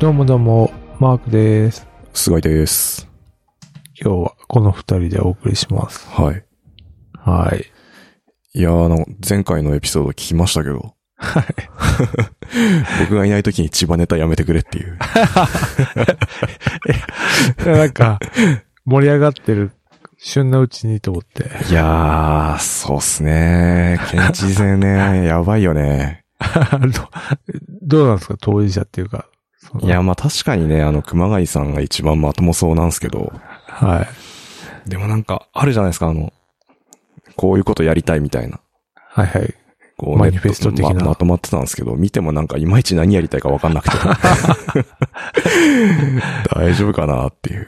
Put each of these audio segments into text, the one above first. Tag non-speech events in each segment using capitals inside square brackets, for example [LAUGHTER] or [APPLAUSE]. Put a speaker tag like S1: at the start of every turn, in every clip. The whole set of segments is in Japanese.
S1: どうもどうも、マークです。
S2: 菅井です。
S1: 今日はこの二人でお送りします。
S2: はい。
S1: はい。
S2: いやー、あの、前回のエピソード聞きましたけど。はい。 [LAUGHS] 僕がいない時に千葉ネタやめてくれっていう。
S1: なんか、 [LAUGHS] 盛り上がってる旬なうちにと思って。 [LAUGHS]
S2: いやー、そうっすね。県知事 [LAUGHS] ね、やばいよね。
S1: どどうなんですか当事者っていうか。その
S2: いや、、まあ確かにね、あの、熊谷さんが一番まともそうなんですけど。
S1: はい。
S2: でもなんか、あるじゃないですか、あの、こういうことやりたいみたいな。
S1: はいはい。 [LAUGHS]
S2: こう
S1: マニフェスト的な
S2: ままとまってたんですけど、見てもなんかいまいち何やりたいかわかんな
S1: [LAUGHS]
S2: くて。大丈夫かなっていう。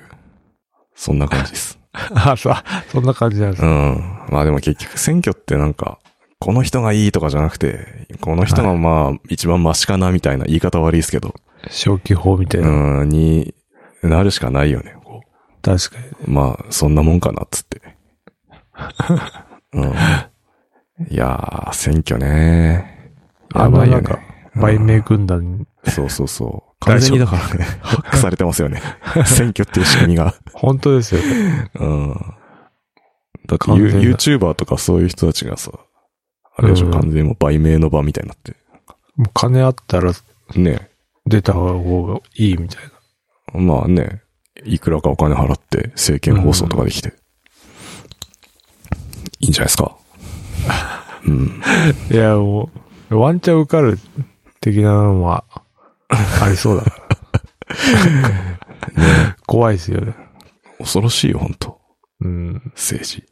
S2: そんな感じです。
S1: あ、そう、そんな感じなんです
S2: う
S1: か。
S2: ん。まあでも結局選挙ってなんか、この人がいいとかじゃなくて、この人がまあ一番マシかなみたいな言い方悪いですけど、
S1: 消去法みたいうな。
S2: ん、になるしかないよね。こ
S1: 確かに。
S2: うまあ、そんなもんかなっ
S1: [LAUGHS]
S2: つって。うん。いやー、選挙ね。やばいよ
S1: あのなん
S2: ね
S1: か。売名軍団に、
S2: そうそうそう。
S1: 大丈
S2: 完全
S1: 夫
S2: にだからね、ハックされてますよ
S1: [LAUGHS]
S2: ね。選挙っていう仕組みが。
S1: 本当ですよ。
S2: うん。だって
S1: 完全な
S2: You- YouTuber とかそういう人たちがさ、あれでしょ、
S1: うん
S2: 完全にもう売名の場みたいになって。
S1: もう金あったら
S2: ね。
S1: 出た方がいいみたいな。
S2: まあね、いくらかお金払って政見放送とかできて。いいんじゃないですか。うん。
S1: いや、もう、ワンチャン受かる的なのは、ありそう
S2: [LAUGHS]
S1: だから。怖いですよね。
S2: 恐ろしいよ、本当
S1: うん。[LAUGHS]
S2: 政治。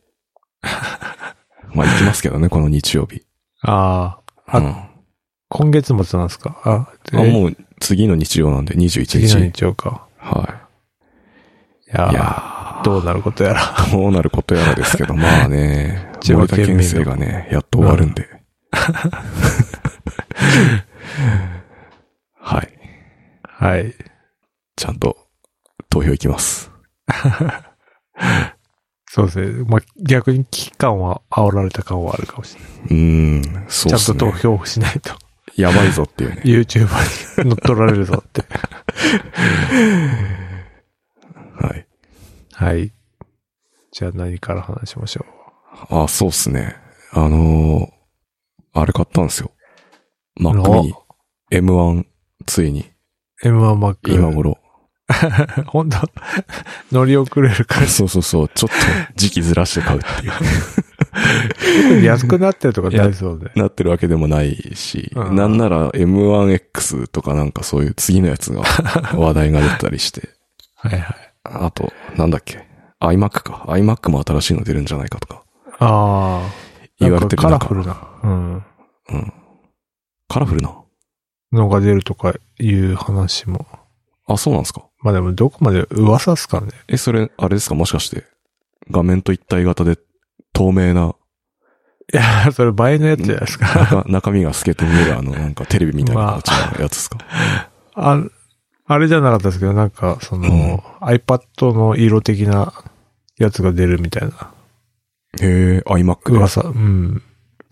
S2: まあ行きますけどね、この日曜日。
S1: ああ、
S2: う
S1: あ
S2: ん。
S1: 今月末なんですかあ、
S2: あ
S1: う、
S2: もう次の日曜なんで21
S1: 次の
S2: 日。
S1: 日曜か。
S2: はい。
S1: いや
S2: いや
S1: どうなることやら。
S2: ーどうなることやらですけど、まあね、
S1: 千葉
S2: 森
S1: 県
S2: 田
S1: 民の
S2: 県政がね、やっと終わる
S1: [LAUGHS]
S2: んで。はい。
S1: はい。
S2: ちゃんと投票行きます。
S1: そうですね。まあ、逆に危機感は煽られた感はあるかもしれない。
S2: うーん、そう
S1: ちゃん
S2: で
S1: と
S2: す
S1: 投
S2: ね。
S1: 票をしないと。
S2: やばいぞっていうね。
S1: YouTuber に乗っ取られるぞって。
S2: はい。
S1: はい。じゃあ何から話しましょ
S2: あ、そうっすね。あのー、あれ買ったんですよ。Mac
S1: お
S2: mini M1、ついに、
S1: う。M1Mac。
S2: 今
S1: [LAUGHS]
S2: 頃。
S1: ほんと、 [LAUGHS] 乗り遅れるから
S2: そうそうそう、ちょっと時期ずらして買うっていう。
S1: 安くなってるとか大そうで。
S2: なってるわけでもないし、
S1: うん
S2: なんなら M1X とかなんかそういう次のやつが話題が出たりして、
S1: はいはい。
S2: あと、なんだっけ、iMac か。iMac も新しいの出るんじゃないかとか
S1: ああ。
S2: 言われてる
S1: カ
S2: 中
S1: ラフルな。うん。
S2: うん。カラフルな。
S1: のが出るとかいう話も。
S2: あ、そうなんですか。
S1: まあでもどこまで噂っすかね。 [LAUGHS]
S2: え、それ、あれですかもしかして、画面と一体型で透明な、
S1: いや、それ倍のやつじゃないですか。
S2: 中 [LAUGHS] 中身が透けて見えるあの、なんかテレビみたいな形のやつですか。
S1: あ、あれじゃなかったですけど、なんか、その、
S2: うん
S1: iPad の色的なやつが出るみたいな
S2: へえ、iMac で
S1: 噂。うん。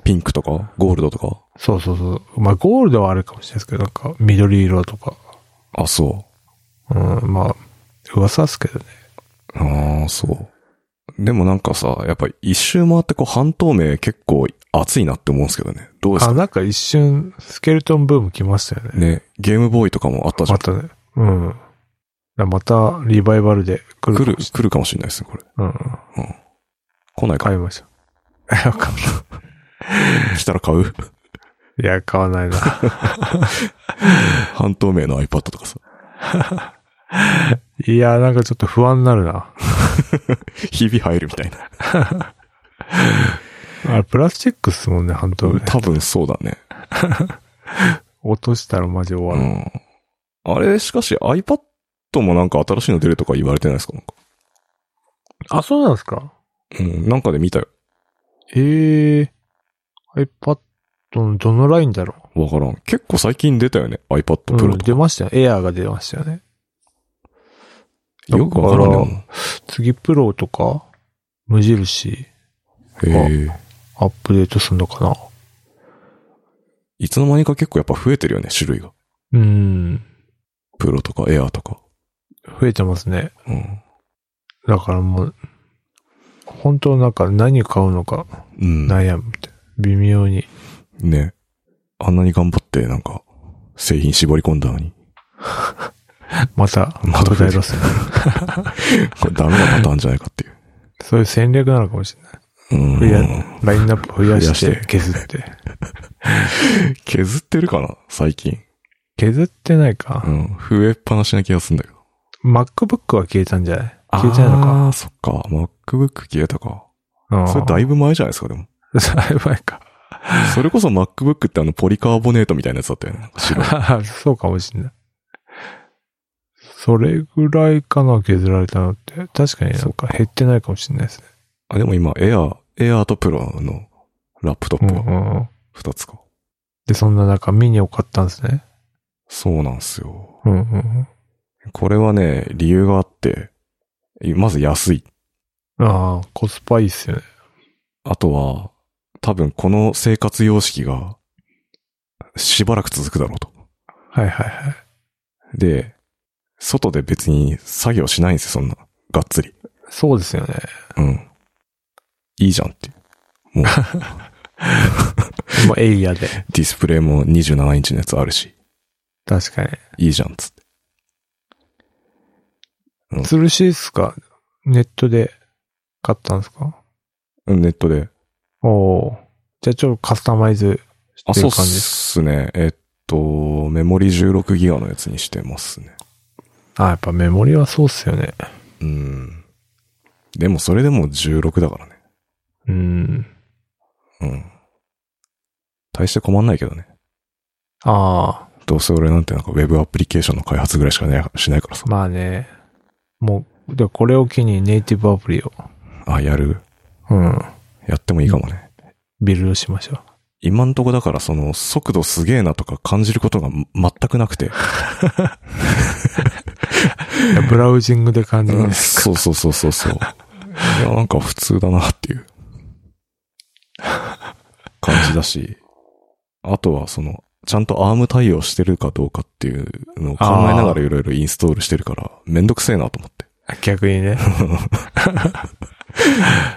S2: ピンクとか、ゴールドとか。
S1: そうそうそう。まあゴールドはあるかもしれないですけど、なんか緑色とか。
S2: あ、そう。
S1: うん、まあ、噂っすけどね。
S2: ああ、そう。でもなんかさ、やっぱり一周回ってこう半透明結構熱いなって思うんですけどね。どうです
S1: あ、
S2: か
S1: なんか一瞬、スケルトンブーム来ましたよね。
S2: ね。ゲームボーイとかもあったじゃ
S1: ま
S2: ん。
S1: たね。うん。だからまたリバイバルで来る
S2: 来
S1: か
S2: る、
S1: もし
S2: 来るかもしれないですね、これ。
S1: れない。
S2: 来ない
S1: うん。買
S2: か。
S1: いました。 [LAUGHS] えわかんない
S2: 来たら買う [LAUGHS]
S1: いや、買わないな。
S2: 半透明の iPad とかさ。
S1: いや、なんかちょっと不安になるな。
S2: 日々入るみたいな。
S1: あれ、プラスチックっすもんね、半透明。
S2: 多分そうだね。
S1: 落としたらマジ終わ
S2: う
S1: る。
S2: ん。あれ、しかし iPad もなんか新しいの出るとか言われてないですかなんか。
S1: あ、そうなんですか
S2: うん、なんかで見たよ。
S1: ええ iPad のどのラインだろ
S2: わからん。結構最近出たよね。iPad
S1: う、うん
S2: Pro と
S1: 出ましたよ。エアーが出ましたよね。
S2: か。よくわからんね。
S1: 次、プロとか、無印、ら
S2: へえ。
S1: アップデートすんのかな。
S2: いつの間にか結構やっぱ増えてるよね、種類が。
S1: うん。
S2: プロとかエアーとか。
S1: 増えてますね。
S2: うん。
S1: だからもう、本当なんか何買うのか
S2: うん。
S1: 悩むみたいな。微妙に。
S2: ね。あんなに頑張って、なんか、製品絞り込んだのに。
S1: また、
S2: また増え
S1: 拡大
S2: てる
S1: ロス
S2: これダメなパターンじゃないかっていう。
S1: そういう戦略なのかもしれない。
S2: うん。
S1: 増や、ラインナップ増やし
S2: 増や
S1: て
S2: して
S1: 削って。
S2: 削ってるかな最近。
S1: 削ってないか
S2: う。ん。増えっぱなしな気がするんだけど。
S1: MacBook は消えたんじゃない消えちゃうのか。
S2: ああー、そっか。MacBook 消えたか。
S1: うん
S2: それだいぶ前じゃないです
S1: [LAUGHS]
S2: か、でも。
S1: だいぶ前か。
S2: それこそ MacBook ってあの、ポリカーボネートみたいなやつだったよね。白い
S1: そうかもしれない。それぐらいかな、削られたのって。確かになんか減ってないかもしれないですね。
S2: あ、でも今、エアー、エアーとプロのラップト
S1: う
S2: ッ
S1: ん
S2: プ、
S1: うんうん。
S2: 二つか。
S1: で、そんな中、ミニを買ったんですね。
S2: そうなんですよ。
S1: うんうん
S2: これはね、理由があって、まず安い。
S1: うん。ああ、コスパいいっすよね。
S2: あとは、多分この生活様式が、しばらく続くだろうと。
S1: はいはいはい。
S2: で、外で別に作業しないんですよ、そんな。がっつり。
S1: そうですよね。
S2: うん。いいじゃんっていう。もう、
S1: もうエイヤで。
S2: ディスプレイも27インチのやつあるし、
S1: 確かに。
S2: いいじゃんっつって。
S1: 吊るしっすかネットで買ったんですか
S2: うんネットで。
S1: おお。じゃあちょっとカスタマイズ
S2: あ、
S1: して
S2: そう
S1: る
S2: っ
S1: 感じです。
S2: すね。えっと、メモリ16ギガのやつにしてますね。
S1: ああ、やっぱメモリはそうっすよね。
S2: うん。でもそれでも16だからね。
S1: うん。
S2: うん。大して困んないけどね。
S1: ああ、
S2: どうせ俺なんてなんかウェブアプリケーションの開発ぐらいしかねしないからさ。
S1: まあね。もう、でこれを機にネイティブアプリを、
S2: あ、やる
S1: うん、
S2: やってもいいかもね。
S1: ビルドしましょう。
S2: 今んとこだからその速度すげえなとか感じることが全くなくて。
S1: いやブラウジングで感じ
S2: う
S1: ま
S2: ん
S1: す。
S2: そうそうそうそうそう。いや、なんか普通だなっていう感じだし、あとはその、ちゃんと ARM 対応してるかどうかっていうのを考えながらいろいろインストールしてるから、めんどくせえなと思って。
S1: [LAUGHS] 逆に [LAUGHS] ね。
S2: は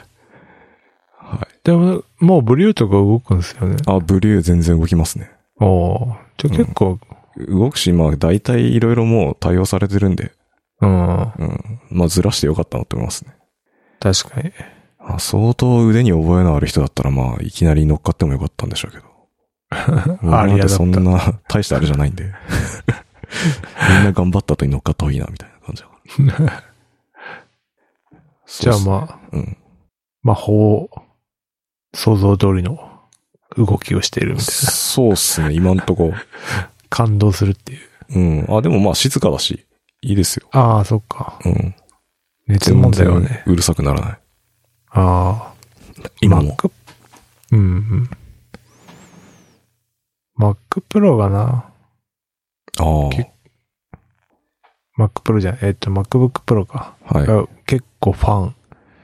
S2: い。
S1: でも、もうブリューとか動くんですよね。
S2: あ、ブリュー全然動きますね。
S1: おおー。じゃあ結構、
S2: 動くし、まあ大体いろいろもう対応されてるんで、
S1: うん、
S2: うん。まあずらしてよかったなと思いますね。
S1: 確かに。
S2: あ相当腕に覚えのある人だったら、まあいきなり乗っかってもよかったんで
S1: [LAUGHS]
S2: しょうけど。
S1: あ
S2: 俺なん
S1: り
S2: て
S1: やだ
S2: そ
S1: っ
S2: ん
S1: た。
S2: な、大したあれじゃないんで。
S1: [LAUGHS]
S2: みんな頑張った後に乗っかった方がいいな、みたいな感じだから。
S1: [LAUGHS] じゃあ
S2: あ、
S1: まあ、
S2: うん。
S1: 魔法、想像通りの動きをしているみたいな。
S2: そうっすね、今んとこ。
S1: 感動するっていう。
S2: うん。あ、でもまあ静かだし、いいですよ。
S1: ああ、そっか。
S2: うん。
S1: 熱問題はね。
S2: うるさくならない。
S1: ああ。
S2: 今も。
S1: Mac、うんうん。Mac Pro がな、
S2: ああ。
S1: Mac Pro じゃない、えっと MacBook Pro か。
S2: は
S1: が結構ファン、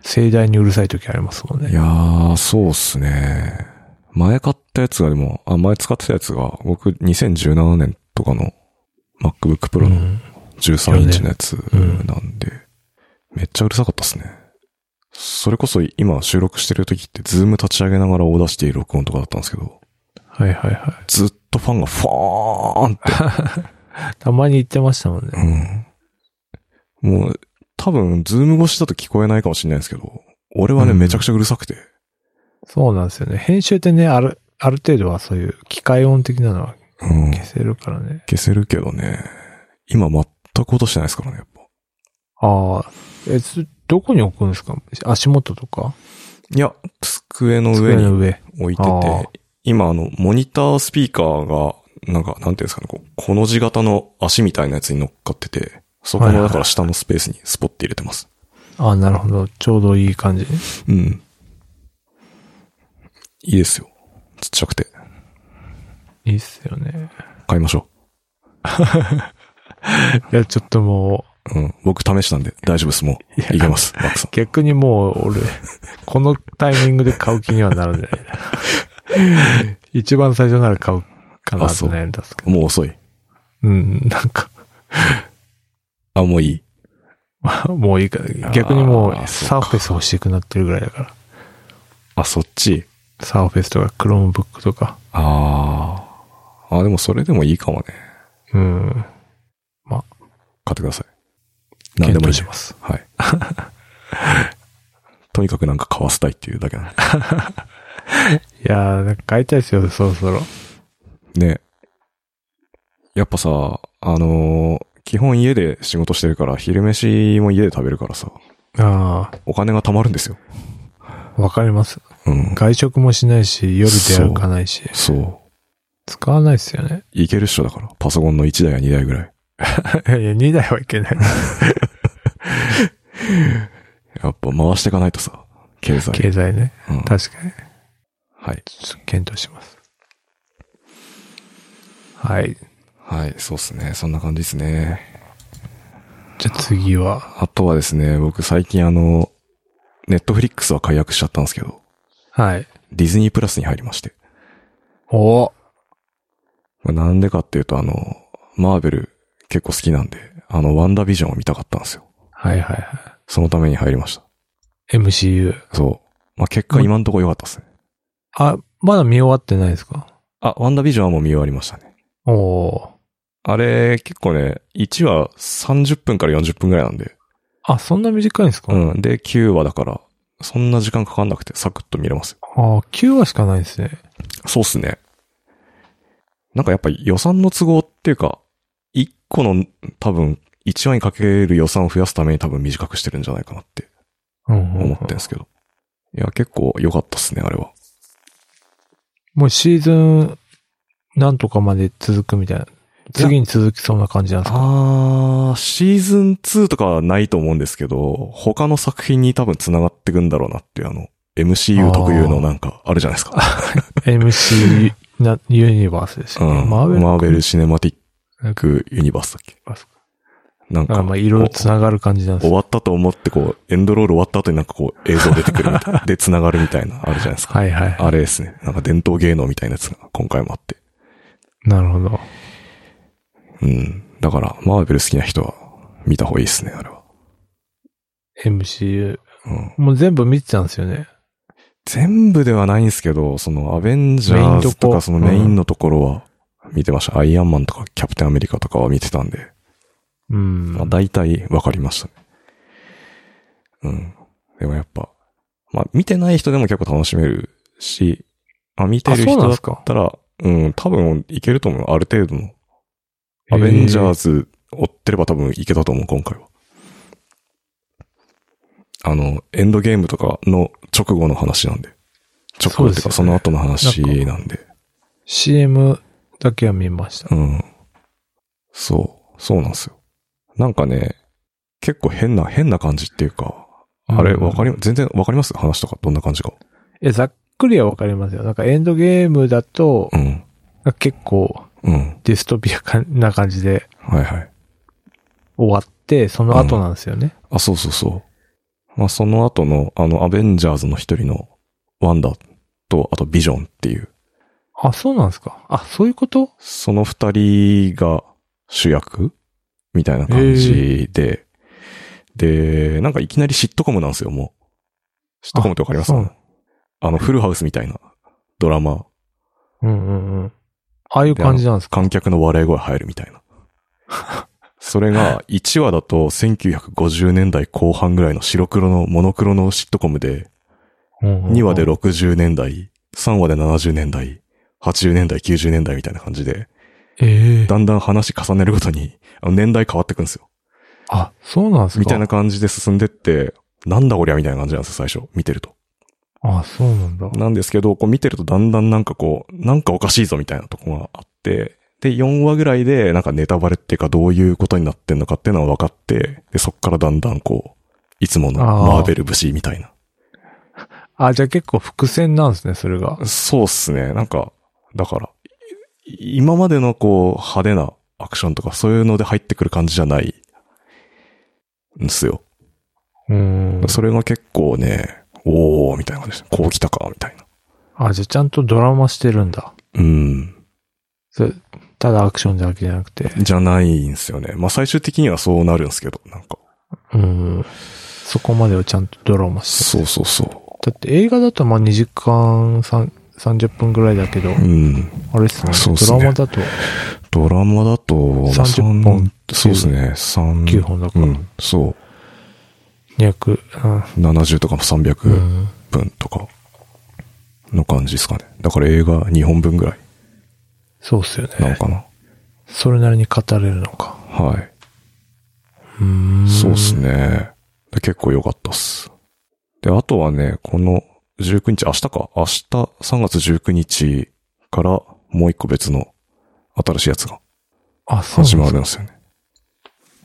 S1: 盛大にうるさい時ありますもん
S2: い。い
S1: ね。
S2: やー、そうっすね。前買ったやつがでも、あ、前使ってたやつが、僕2017年とかの MacBook
S1: う
S2: Pro の
S1: ん、
S2: 13インチのやつ
S1: うん
S2: なんで、めっちゃうるさかったっすね。それこそ今収録してる時って、ズーム立ち上げながらオーダーシティ録音とかだったんですけど、
S1: はいはいは
S2: ずっとファンがファーンって、
S1: い。たまに言ってましたもんね。
S2: うん。もう、多分、ズーム越しだと聞こえないかもしれないんですけど、俺は
S1: う
S2: ね、
S1: ん
S2: めちゃくちゃうるさくて、
S1: そうなんですよね。編集ってね、ある、ある程度はそういう機械音的なのは
S2: うん。
S1: 消せるからね。
S2: 消せるけどね、今全く音してないですからね、やっぱ。
S1: ああ。え、つどこに置くんですか足元とか
S2: いや、机の上
S1: 机
S2: に
S1: の上。
S2: 置いて
S1: あー
S2: て、今あの、モニタースピーカーが、なんか、なんていうんですかね、こう、この字型の足みたいなやつに乗っかってて、そこ
S1: はい
S2: の
S1: はい
S2: だから下のスペースにスポッて入れてます。
S1: ああ、なるほど。ちょうどいい感じ。
S2: うん。いいですよ。ちっちゃくて。
S1: いいっすよね。
S2: 買いましょ
S1: いや、ちょっともう、
S2: う。うん。僕試したんで大丈夫です。もう。いけます。マックさん。
S1: 逆にもう俺、 [LAUGHS] このタイミングで買う気にはならない。一番最初なら買うかな
S2: あそ
S1: と
S2: う
S1: 悩んだんですけど。
S2: もう遅い。
S1: うん、なんか、 [LAUGHS]
S2: あ、もういい。
S1: もういいから。逆にもう、サーフェス欲しくなってるぐらいだから。
S2: あ、そっち。
S1: サーフェスとか、クロームブックとか。
S2: ああ。あ、でもそれでもいいかもね。
S1: うん。
S2: 買ってください。何で
S1: 検
S2: もいい
S1: 討
S2: で
S1: し
S2: す。
S1: ます。
S2: はい。とにかくなんか買わせたいっていうだけなんで。
S1: いやー、なんか買いたいですよ、そろそろ。
S2: ね。やっぱさ、あのー基本家で仕事してるから、昼飯も家で食べるからさ、
S1: あ
S2: お金が貯まるんですよ。
S1: あ、わかります。
S2: うん。
S1: 外食もしないし、夜出歩かないし。
S2: そう。
S1: 使わないですよね。 [LAUGHS]
S2: いけるっしょだから。パソコンの1台や2台ぐらい。
S1: いや、2台はいけない。
S2: やっぱ回していかないとさ、経済。
S1: 経済ね。
S2: うん
S1: 確かに。
S2: はい。
S1: ちょっと検討します。はい。
S2: はい、そうっすね。そんな感じですね。
S1: じゃあ次は。
S2: あとはですね、僕最近あの、ネットフリックスは解約しちゃったんですけど、
S1: はい。
S2: ディズニープラスに入りまして。
S1: お
S2: まあなんでかっていうとあの、マーベル結構好きなんで、あの、ワンダービジョンを見たかったんですよ。
S1: はいはいはい。
S2: そのために入りました。
S1: MCU。
S2: そう。まあ、結果今んとこ良かったですね。
S1: あ、まだ見終わってないですか
S2: あ、ワンダービジョンはもう見終わりましたね。
S1: おお
S2: あれ、結構ね、1話30分から40分ぐらいなんで、
S1: ー。あ、そんな短いんですか、
S2: うん。で、9話だから、そんな時間かかんなくて、サクッと見れますよ。
S1: ああ、9話しかないですね。
S2: そうっすね。なんかやっぱ予算の都合っていうか、1個の多分、1話にかける予算を増やすために多分短くしてるんじゃないかなって
S1: うん、
S2: 思ってんすけど。いや、結構良かったっすね、あれは。
S1: もうシーズン、なんとかまで続くみたいな。次に続きそうな感じなんですか
S2: あー、シーズン2とかはないと思うんですけど、他の作品に多分繋がってくんだろうなっていう、あの、MCU 特有のなんか、あるじゃないですか。
S1: ?MC な、ユニバースです
S2: う
S1: よね。
S2: ん。
S1: マーベル。
S2: マーベルシネマティックユニバースだっけ
S1: あそ。
S2: なん
S1: あ
S2: か、
S1: まあ、いろいろ繋がる感じなんです
S2: 終
S1: ね
S2: わったと思ってこう、エンドロール終わった後になんかこう、映像出てくるみたい [LAUGHS] な。で、繋がるみたいな、あるじゃないですか。
S1: はいはいは
S2: あれですね。なんか伝統芸能みたいなやつが今回もあって。
S1: い。なるほど。
S2: うん。だから、マーベル好きな人は見た方がいいですね、あれは。
S1: MCU。
S2: うん。
S1: もう全部見てたんですよね。
S2: 全部ではないんですけど、そのアベンジャーズと
S1: メインどこ
S2: かそのメインのところは見てました。アイアンマンとかキャプテンアメリカとかは見てたんで、
S1: うん。
S2: まあ大体わかりましたね。うん。でもやっぱ、まあ見てない人でも結構楽しめるし、まあ見て
S1: あ
S2: る
S1: そう
S2: 人
S1: なん
S2: だ
S1: で
S2: っ
S1: すか。
S2: たら、うん、多分いけると思う。ある程度の。アベンジャーズ追ってれば多分いけたと思う、今回は。あの、エンドゲームとかの直後の話なんで。直後っていうか、
S1: そ
S2: そ
S1: ですよ
S2: う
S1: ね
S2: の後の話なんで。
S1: CM だけは見ました。
S2: うん。そう、そうなんですよ。なんかね、結構変な、変な感じっていうか、あれ、わか
S1: り
S2: り、全然わかります話とか、どんな感じか。
S1: え、ざっくりはわかりますよ。なんかエンドゲームだと、
S2: うん。
S1: 結構
S2: うん。
S1: ディストピアかな感じで
S2: はいはい。
S1: 終わって、その後なんですよね。
S2: あ、そうそうそう。まあ、その後の、あの、アベンジャーズの一人の、ワンダと、あと、ビジョンっていう、
S1: あ、そうなんですか。あ、そういうこと
S2: その二人が主役みたいな感じで、で、なんかいきなりシットコムなんですよ、もう。シットコムってわかります
S1: あそう
S2: あの、フルハウスみたいなドラマ、
S1: うんうんうん。ああいう感じなんですか。
S2: 観客の笑い声入るみた
S1: [LAUGHS]
S2: いな。それが1話だと1950年代後半ぐらいの白黒のモノクロのシットコムで、2
S1: 2
S2: 話で60年代、3話で70年代、80年代、90年代みたいな感じで、
S1: ええ
S2: だんだん話重ねるごとに、あの年代変わってくんですよ。
S1: あ、そうなんですか。
S2: みたいな。感じで進んでって、なんだこりゃみたいな感じなんですよ、最初。見てると。
S1: あ、そうなんだ。
S2: なんですけど、こう見てるとだんだんなんかこう、なんかおかしいぞみたいなとこがあって、で、4話ぐらいで、なんかネタバレっていうかどういうことになってんのかっていうのは分かって、で、そっからだんだんこう、いつもの
S1: あー
S2: マーベル節みたいな。
S1: あ、じゃあ結構伏線なんですね、それが。
S2: そうっすね。なんか、だから、い今までのこう、派手なアクションとかそういうので入ってくる感じじゃない、んですよ。
S1: うーん。
S2: それが結構ね、おー、みたいな感じです。こう来たか、みたいな。
S1: あ、じゃあちゃんとドラマしてるんだ。
S2: うん。
S1: それただアクションだけじゃなくて。
S2: じゃないんですよね。まあ最終的にはそうなるんですけど、なんか。
S1: うん。そこまではちゃんとドラマして。
S2: そうそうそ
S1: だって映画だとまあ2時間3 30分ぐらいだけど、
S2: う。うん。
S1: あれっすもんね。
S2: そうっすね
S1: ドラマだと
S2: ドラマだと、
S1: 30本
S2: 三そうですね。三
S1: 9本だから
S2: うん。そ
S1: 200、
S2: う。70とか
S1: うん。う
S2: 300
S1: ん。
S2: 分とかの感じですかね。だから映画2本分ぐらい
S1: そうっすよ
S2: なの
S1: ね。
S2: かな。
S1: それなりに語れるのか。
S2: はい。
S1: うーん。
S2: そうっすね。で結構良かったっす。で、あとはね、この19日、明日か。明日3月19日からもう一個別の新しいやつが
S1: あ、そう
S2: 始
S1: なん
S2: ま
S1: です
S2: る
S1: か
S2: ん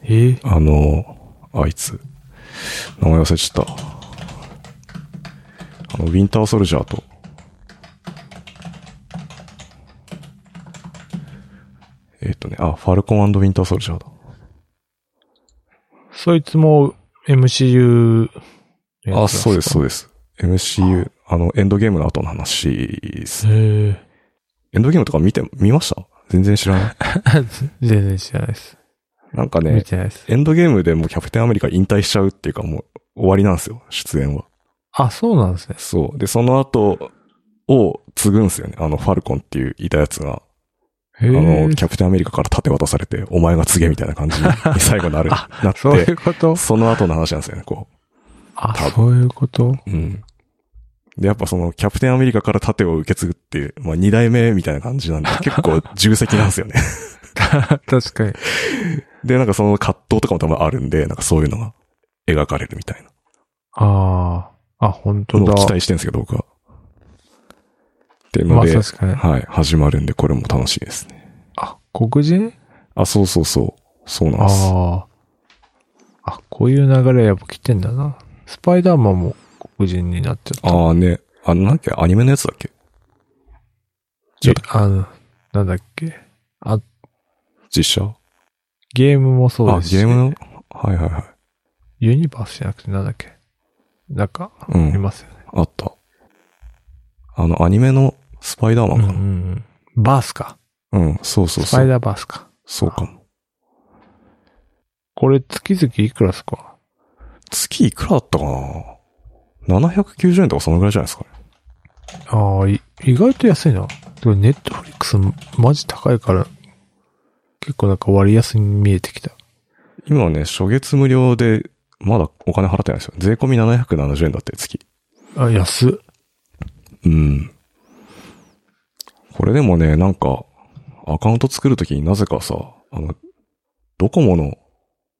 S2: ですよ
S1: え
S2: ね。
S1: ー
S2: あの、あいつ。名前忘れちゃった。あの、ウィンターソルジャーと。えっ、とね、あ、ファルコンウィンターソルジャーだ。
S1: そいつも MCU のやつなんか
S2: あ、そうです、。そうです。MCU、あの、エンドゲームの後の話です。
S1: へえ。
S2: エンドゲームとか見て、見ました全然知らない。
S1: 全然知らないです。
S2: なんか
S1: 見
S2: ね、
S1: てないです。
S2: エンドゲームでもうキャプテンアメリカ引退しちゃうっていうかもう終わりなんですよ、出演は。
S1: あ、そうなんですね。
S2: そう。で、その後を継ぐんですよね。あの、ファルコンっていういたやつが、
S1: へ
S2: あ
S1: え
S2: の、。キャプテンアメリカから盾渡されて、お前が継げみたいな感
S1: [LAUGHS]
S2: じに最後なる、なっ
S1: そうい
S2: て、
S1: うこと
S2: その後の話なんですよね、こ
S1: あ、
S2: 多分
S1: そういう
S2: [LAUGHS]
S1: こと
S2: う。うん。で、やっぱその、キャプテンアメリカから盾を受け継ぐっていう、まあ、二代目みたいな感じなん
S1: [LAUGHS]
S2: で、結構重責なんですよね。 [LAUGHS]
S1: 確かに。
S2: で、なんかその葛藤とかも多分あるんで、なんかそういうのが描かれるみたいな
S1: ああ。あ、本当
S2: のを
S1: だ。
S2: 期待してるんですけど、僕は。っていう
S1: ま
S2: の
S1: あ
S2: で、
S1: 確かに。
S2: はい、始まるんで、これも楽しいですね。
S1: あ、黒人
S2: あ、そうそうそう。そうなんです。
S1: ああ。あ、こういう流れやっぱ来てんだな。スパイダーマンも黒人になっちゃっ。
S2: ああね、あの、なんだっけ、アニメのやつだっけちょった
S1: あの、なんだっけ。
S2: 実写
S1: ゲームもそう
S2: あ、
S1: ですし。
S2: ゲームのはいはいは
S1: ユニバースじゃなくてなんだっけ。なんか、
S2: い。う
S1: あり
S2: ん、
S1: ますよね。
S2: あった。あの、アニメのスパイダーマ
S1: うん
S2: ン
S1: う
S2: か
S1: んうん。バースか。
S2: な。うん、そうそう
S1: ス
S2: そ
S1: パイ
S2: う。
S1: ダーバースか。
S2: そうかも。
S1: これ月々いくらですか
S2: 月いくらだったかな ?790 円とかそのぐらいじゃないですかね。
S1: ああ、い意外と安いな。でもネットフリックスマジ高いから、結構なんか割安に見えてきた。
S2: 今ね、初月無料で、まだお金払ってないんですよ。税込み770円だって、月。
S1: あ、安っ。
S2: うん。これでもね、なんか、アカウント作るときになぜかさ、あの、ドコモの、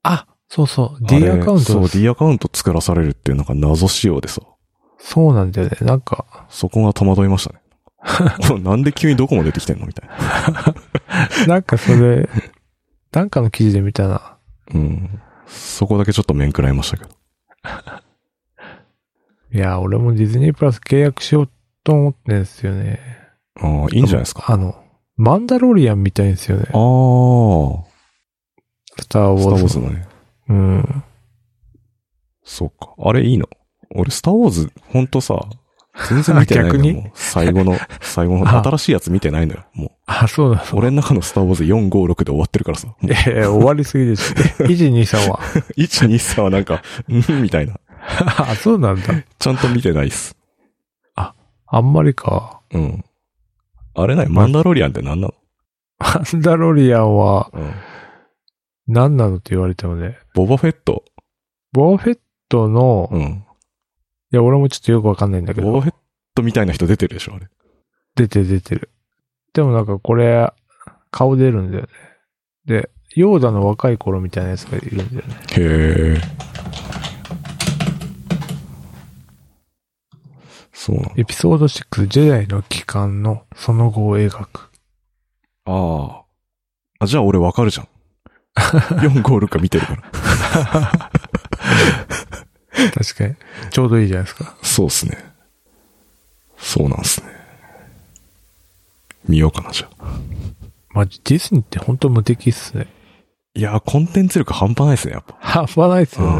S1: あ、そうそう。
S2: あ
S1: D
S2: れ
S1: アカウントで
S2: そう、
S1: す
S2: D アカウント作らされるっていうなんか謎仕様でさ、
S1: そうなんだよね。なんか、 [LAUGHS]
S2: そこが戸惑いま [LAUGHS] したね。これなんで急にドコモ出てきてんのみたいな。
S1: なんかそれ、なんかの記事で見たな。
S2: うん。そこだけちょっと面食らいましたけど。
S1: いや、俺もディズニープラス契約しようと思ってんすよね。
S2: ああ、いいんじゃないですか。
S1: あの、マンダロリアンみたいんですよね
S2: あ。あ、
S1: スターウォーズ。
S2: スターウォーズのね。
S1: うん。
S2: そうか。あれいいの俺、スターウォーズ、ほんとさ、全然見てないの
S1: あ逆に
S2: よ。もう最 [LAUGHS] 後の、最後の、
S1: あ
S2: 新しいやつ見てないのよ。も
S1: あ、そうな
S2: う、俺の中のスターウォーズ4、5、6で終わってるからさ。もう
S1: の。いやいや終わりすぎです。1、2、3は。
S2: [LAUGHS] 1、2、3はなんか、うん、みたいな。
S1: あ、そうなんだ。
S2: ちゃんと見てないっす。
S1: あんまりか。
S2: うん。あれない、マンダロリアンって何なの
S1: マンダロリアンは
S2: うん。
S1: 何なのって言われてもね。
S2: ボバフェット。
S1: ボーフェットの、い
S2: うん。
S1: や、俺もちょっとよくわかんないんだけ
S2: ボ
S1: ど
S2: バ、フェットみたいな人出てるでしょ、あれ。
S1: 出てる出てる。でもなんかこれ、顔出るんだよね。で、ヨーダの若い頃みたいなやつがいるんだよね。
S2: へえ。そうなの。
S1: エピソード6、ジェダイの帰還のその後を描く。
S2: ああ。あ、じゃあ俺わ
S1: [LAUGHS]
S2: かるじゃん。4、5、6見てるから。
S1: 確かに。ちょうどいいじゃないですか。
S2: そうっすね。そうなんすね。見ようかな、じゃあ。
S1: まあ、ディズニーって本当無敵っすね。
S2: いやー、コンテンツ力半端ないっすね、やっぱ。
S1: 半端ないっすよね。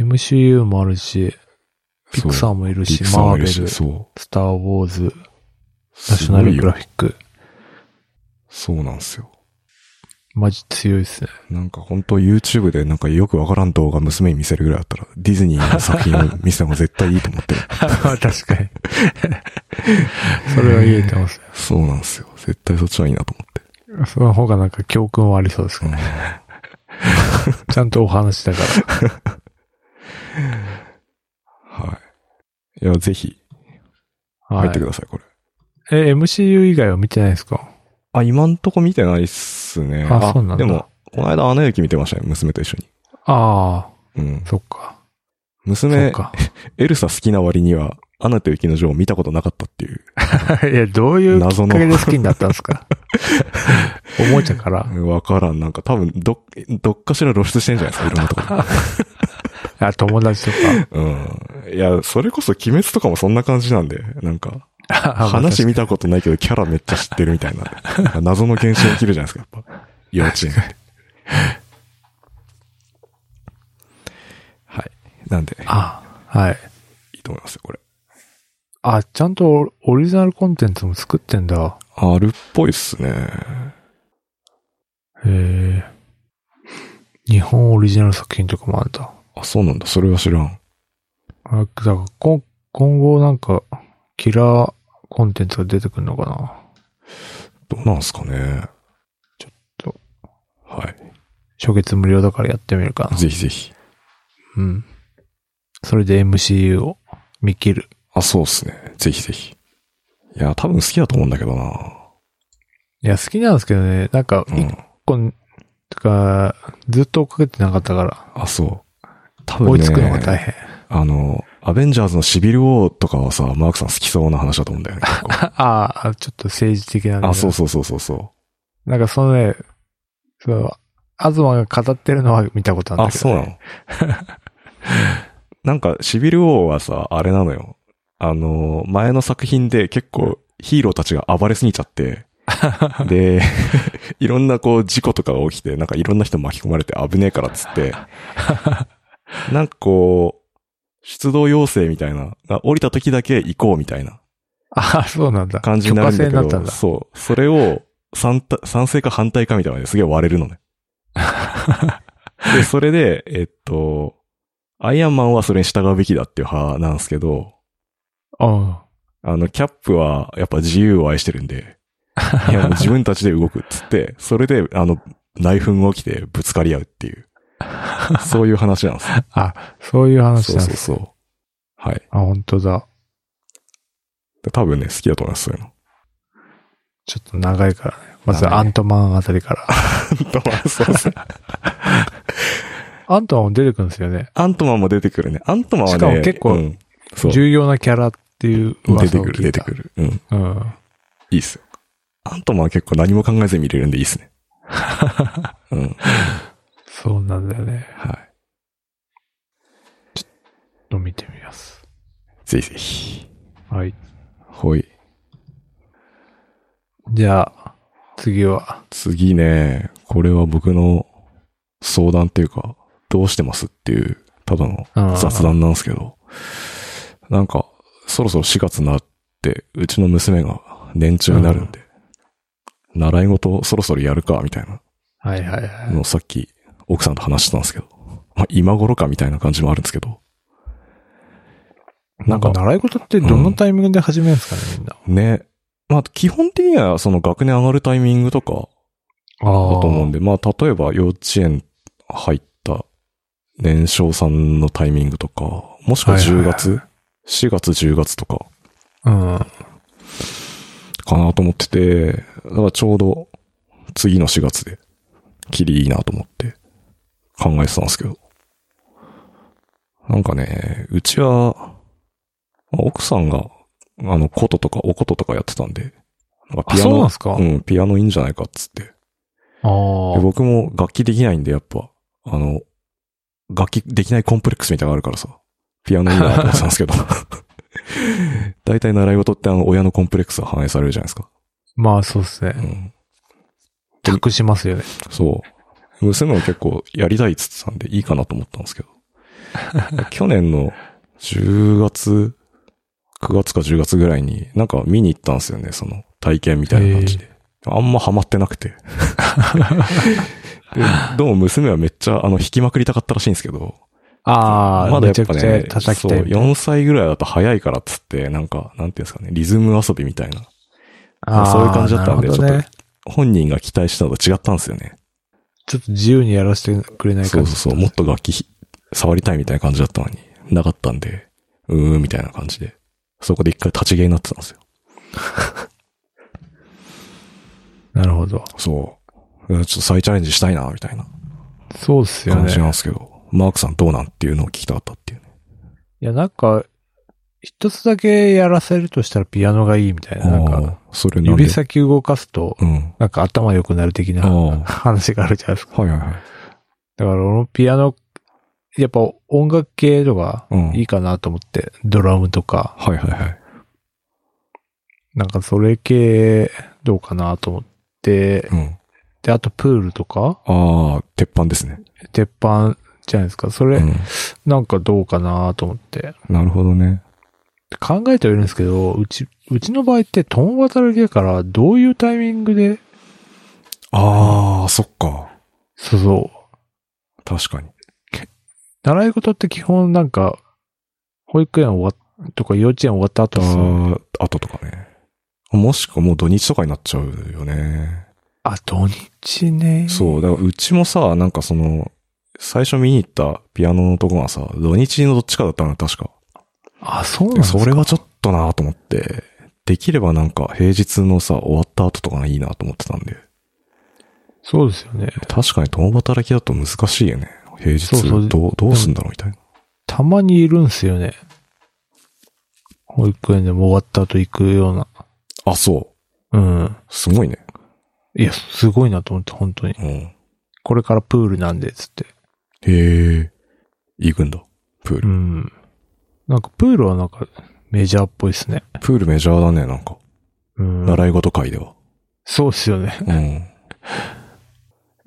S2: ん。
S1: MCU もあるし、ピクサ
S2: ー
S1: ーもいる
S2: ピ
S1: し
S2: ク、サー
S1: マ
S2: も
S1: ー
S2: い
S1: ベ
S2: る
S1: ル、
S2: し、
S1: ス
S2: そう。
S1: ター・ウォーズ、ナ
S2: ナ
S1: ショナルグラフィック。
S2: そうなんですよ。
S1: マジ強いっ
S2: [LAUGHS]
S1: すね。
S2: なんか本当 YouTube でなんかよくわからん動画娘に見せるぐらいだったら、ディズニーの作品を見せた方が絶対いいと思ってる。
S1: 確かに。 [LAUGHS] それは言えてますね。
S2: [LAUGHS] そうなんですよ。絶対そっちはいいなと思って。
S1: その方がなんか教訓はありそうです
S2: [LAUGHS] う
S1: ね。
S2: ん
S1: ちゃんとお話だか
S2: はい。いや、ぜひ、
S1: ら。は
S2: 入
S1: い
S2: って。ください、これ。
S1: え、MCU 以外は見てないですか
S2: あ、今んとこ見てないっすね。
S1: あそうなんだ
S2: でも、この間、アナ雪見てましたね、娘と一緒
S1: あ
S2: に。うん
S1: あ、。そっか。そっ
S2: 娘、
S1: か。
S2: エルサ好きな割には、アナと雪の女王を見たことなかったっていう、
S1: [LAUGHS] いや、どういうきっ
S2: 謎
S1: か
S2: の
S1: けで好きになったんです
S2: [LAUGHS]
S1: かおもちゃから。
S2: わからん。なんか多分、どっ、どっかしら露出してんじゃないですか、いろんなとこ
S1: あ、友達とか
S2: ろ。 [LAUGHS] うん。いや、それこそ鬼滅とかもそんな感じなんで、なんか、。
S1: あ
S2: 話見たことないけど、キャラめっちゃ知ってるみたい [LAUGHS] な。謎の現象起きるじゃないですか、やっぱ。幼稚園って。 [LAUGHS] はい。なんで、
S1: あ、はい。
S2: いいと思いますよ、これ。
S1: あ、ちゃんとオリジナルコンテンツも作ってんだ。
S2: あるっぽいっすね。
S1: へえ。日本オリジナル作品とかもあんだ。
S2: あ、そうなんだ。それは知らん。
S1: あ、だから今、今後なんか、キラーコンテンツが出てくるのかな
S2: どうなんすかね。
S1: ちょっと。
S2: はい。
S1: 初月無料だからやってみるかな。
S2: ぜひぜひ。
S1: うん。それで MCU を見切る。
S2: あ、そうっすね。ぜひぜひ。いや、多分好きだと思うんだけどな。
S1: いや、好きなんですけどね、なんか、
S2: う
S1: 一
S2: ん。
S1: 個、とか、ずっと追っかけてなかったから、
S2: あ、そう。多分ね、
S1: 追いつくのが大変。 [LAUGHS]
S2: あの、アベンジャーズのシビルウォーとかはさ、マークさん好きそうな話だと思うんだよね。結構
S1: ああ、ちょっと政治的なね
S2: [LAUGHS] あ、そうそうそうそうそう。
S1: なんかそのね、そう、東が語ってるのは見たことあるん
S2: あ、
S1: だけ
S2: そ
S1: ど、
S2: う
S1: ね。
S2: なの [LAUGHS] なんか、シビルウォーはさ、あれなのよ。あの、前の作品で結構ヒーローたちが暴れすぎちゃ [LAUGHS] って、で、 [LAUGHS] いろんなこう事故とかが起きて、なんかいろんな人巻き込まれて危ねえからっつ [LAUGHS] って、なんかこう、出動要請みたいな、あ降りた時だけ行こうみたいな
S1: [LAUGHS] あ、そうなんだ。
S2: 感じになるんだ
S1: 許
S2: け
S1: 可制になったん
S2: ど、
S1: だ。
S2: そう、それを賛た賛成か反対かみたいなのですげえ割れるのね。で、それで、えっと、アイアンマンはそれに従うべきだっていう派なんですけど、
S1: あ
S2: あの、キャップはやっぱ自由を愛してるんで、いやもう自分たちで動くっつって、それで、あの、内紛が起きてぶつかり合うっていう、そういう話なんですよ。
S1: あ、そういう話
S2: そう
S1: なん
S2: そ
S1: で
S2: う
S1: す。
S2: そう。はい。
S1: あ、本当だ。
S2: で多分ね、好きだと思います、そういうの。 [LAUGHS]
S1: ちょっと長いからね。まず
S2: 長い
S1: アントマンあたり [LAUGHS] から。
S2: そうそう
S1: アントマンも出てくるんですよね。
S2: アントマンも出てくるね。アントマンはね、
S1: しかも結構
S2: うんそう
S1: 重要なキャラっていう
S2: 出て
S1: 噂を
S2: く
S1: 聞い
S2: る、
S1: た。
S2: 出てくる。うん。い
S1: る。うん。
S2: いっすよ。アントマンは結構何も考えずに見れるんでいいっす
S1: [LAUGHS]
S2: ね。うん。
S1: そうなんだよね。
S2: はい。
S1: ちょっと見てみます。
S2: ぜひぜひ。
S1: はい。
S2: ほい。
S1: じゃあ、次は。
S2: 次ね、これは僕の相談っていうか、どうしてますっていう、ただの雑談なんですけど、なんか、そろそろ4月になって、うちの娘が年中になるんで、習い事そろそろやるか、みたいな
S1: はいはいはい。
S2: のをさっき奥さんと話してたんですけど、まあ今頃かみたいな感じもあるんですけど、
S1: なんか習い事ってどのタイミングで始めるんですかね、みんな。
S2: ね。まあ、基本的にはその学年上がるタイミングとか
S1: あ
S2: だと思うんで、まあ、例えば幼稚園入った年少さんのタイミングとか、もしくは
S1: はいはいは
S2: 10
S1: い
S2: 月、4月10月とか
S1: うん。あ
S2: かなと思ってて、だからちょうど次の4月で、キリいいなと思って考えてたんですけど。なんかね、うちは、まあ奥さんが、あの、琴とかお琴とかやってたんで、なんかピア
S1: そうなん
S2: ノ
S1: ですか、
S2: うん、ピアノいいんじゃないかっつって。で
S1: あー
S2: 僕も楽器できないんで、やっぱ、あの、楽器できないコンプレックスみたいなのがあるからさ、ピアノいいなと思ってたんですけど。大体習い事ってあの、親のコンプレックスが反映されるじゃないですか。
S1: まあそうです
S2: う
S1: ね。
S2: ん。
S1: 託しますよね。
S2: そう。娘も結構やりたいっつってたんでいいかなと思ったん
S1: [LAUGHS]
S2: ですけど。去年の10月、9月か10月ぐらいに、なんか見に行ったんですよね、その体験みたいな感じで。あんまハマってな
S1: [LAUGHS]
S2: くて。でどうも娘はめっちゃ、あの、弾きまくりたかったらしいんですけど。
S1: ああ、
S2: まだやっぱ
S1: めちゃ
S2: ね
S1: くちゃ、叩き
S2: そう、
S1: たいみたいな。
S2: 4歳ぐらいだと早いからっつって、なんか、なんていうんですかね、リズム遊びみたいな。
S1: あー
S2: そういう感じだったんで
S1: なるほどね
S2: 本人が期待したのと違ったんですよね。
S1: ちょっと自由にやらせてくれないか
S2: そうそうそう、もっと楽器ひ触りたいみたいな感じだったのに、なかったんで、うーん、みたいな感じで。そこで一回立ちゲーになってたんですよ。
S1: なるほど。
S2: そう。うんちょっと再チャレンジしたいな、みたいな
S1: そうっすよ
S2: 感じなん
S1: ね。
S2: ですけど、マークさんどうなんっていうのを聞きたかったっていうね。
S1: いや、なんか、一つだけやらせるとしたらピアノがいいみたいな。なん
S2: あ
S1: か、
S2: ー、それなんで
S1: 指先動かすと、
S2: うん。
S1: なんか頭良くなる的
S2: あ
S1: な
S2: ー
S1: 話があるじゃないですか。
S2: はいはいはい。
S1: だから俺もピアノ、やっぱ音楽系とか
S2: うん。
S1: いいかなと思って、ドラムとか、
S2: はいはいはい。
S1: なんかそれ系どうかなと思って、
S2: うん。
S1: で、あとプールとか、
S2: ああ、鉄板ですね。
S1: 鉄板じゃないですか。それ
S2: うん、
S1: なんかどうかなと思って。
S2: なるほどね。
S1: 考えてはいるんですけど、うち、うちの場合って共働きだから、どういうタイミングで、
S2: ああ、そっか。
S1: そうそう、
S2: 確かに。
S1: 習い事って基本なんか、保育園終わっとか幼稚園終わった後っすよね
S2: ああ、後とかね。もしくはもう土日とかになっちゃうよね。
S1: あ、土日ね。
S2: そう、だからうちもさ、なんかその、最初見に行ったピアノのとこがさ、土日のどっちかだったのよ確か。
S1: あ、そうなん
S2: で
S1: ですか
S2: それはちょっとなと思って、できればなんか平日のさ、終わった後とかがいいなと思ってたんで。
S1: そうですよね。
S2: 確かに共働きだと難しいよね。平日
S1: そうそう
S2: どう、どうすんだろうみたいな。
S1: たまにいるんすよね。保育園でも終わった後行くような。
S2: あ、そう。
S1: うん。
S2: すごいね。
S1: いや、すごいなと思って、本当に。
S2: うん。へ
S1: これからプールなんで、つって。
S2: え。行くんだ。プール
S1: う。ん。なんかプールはなんかメジャーっぽいですね。
S2: プールメジャーだね、なんか。
S1: うん。
S2: 習い事界では。
S1: そうっすよね。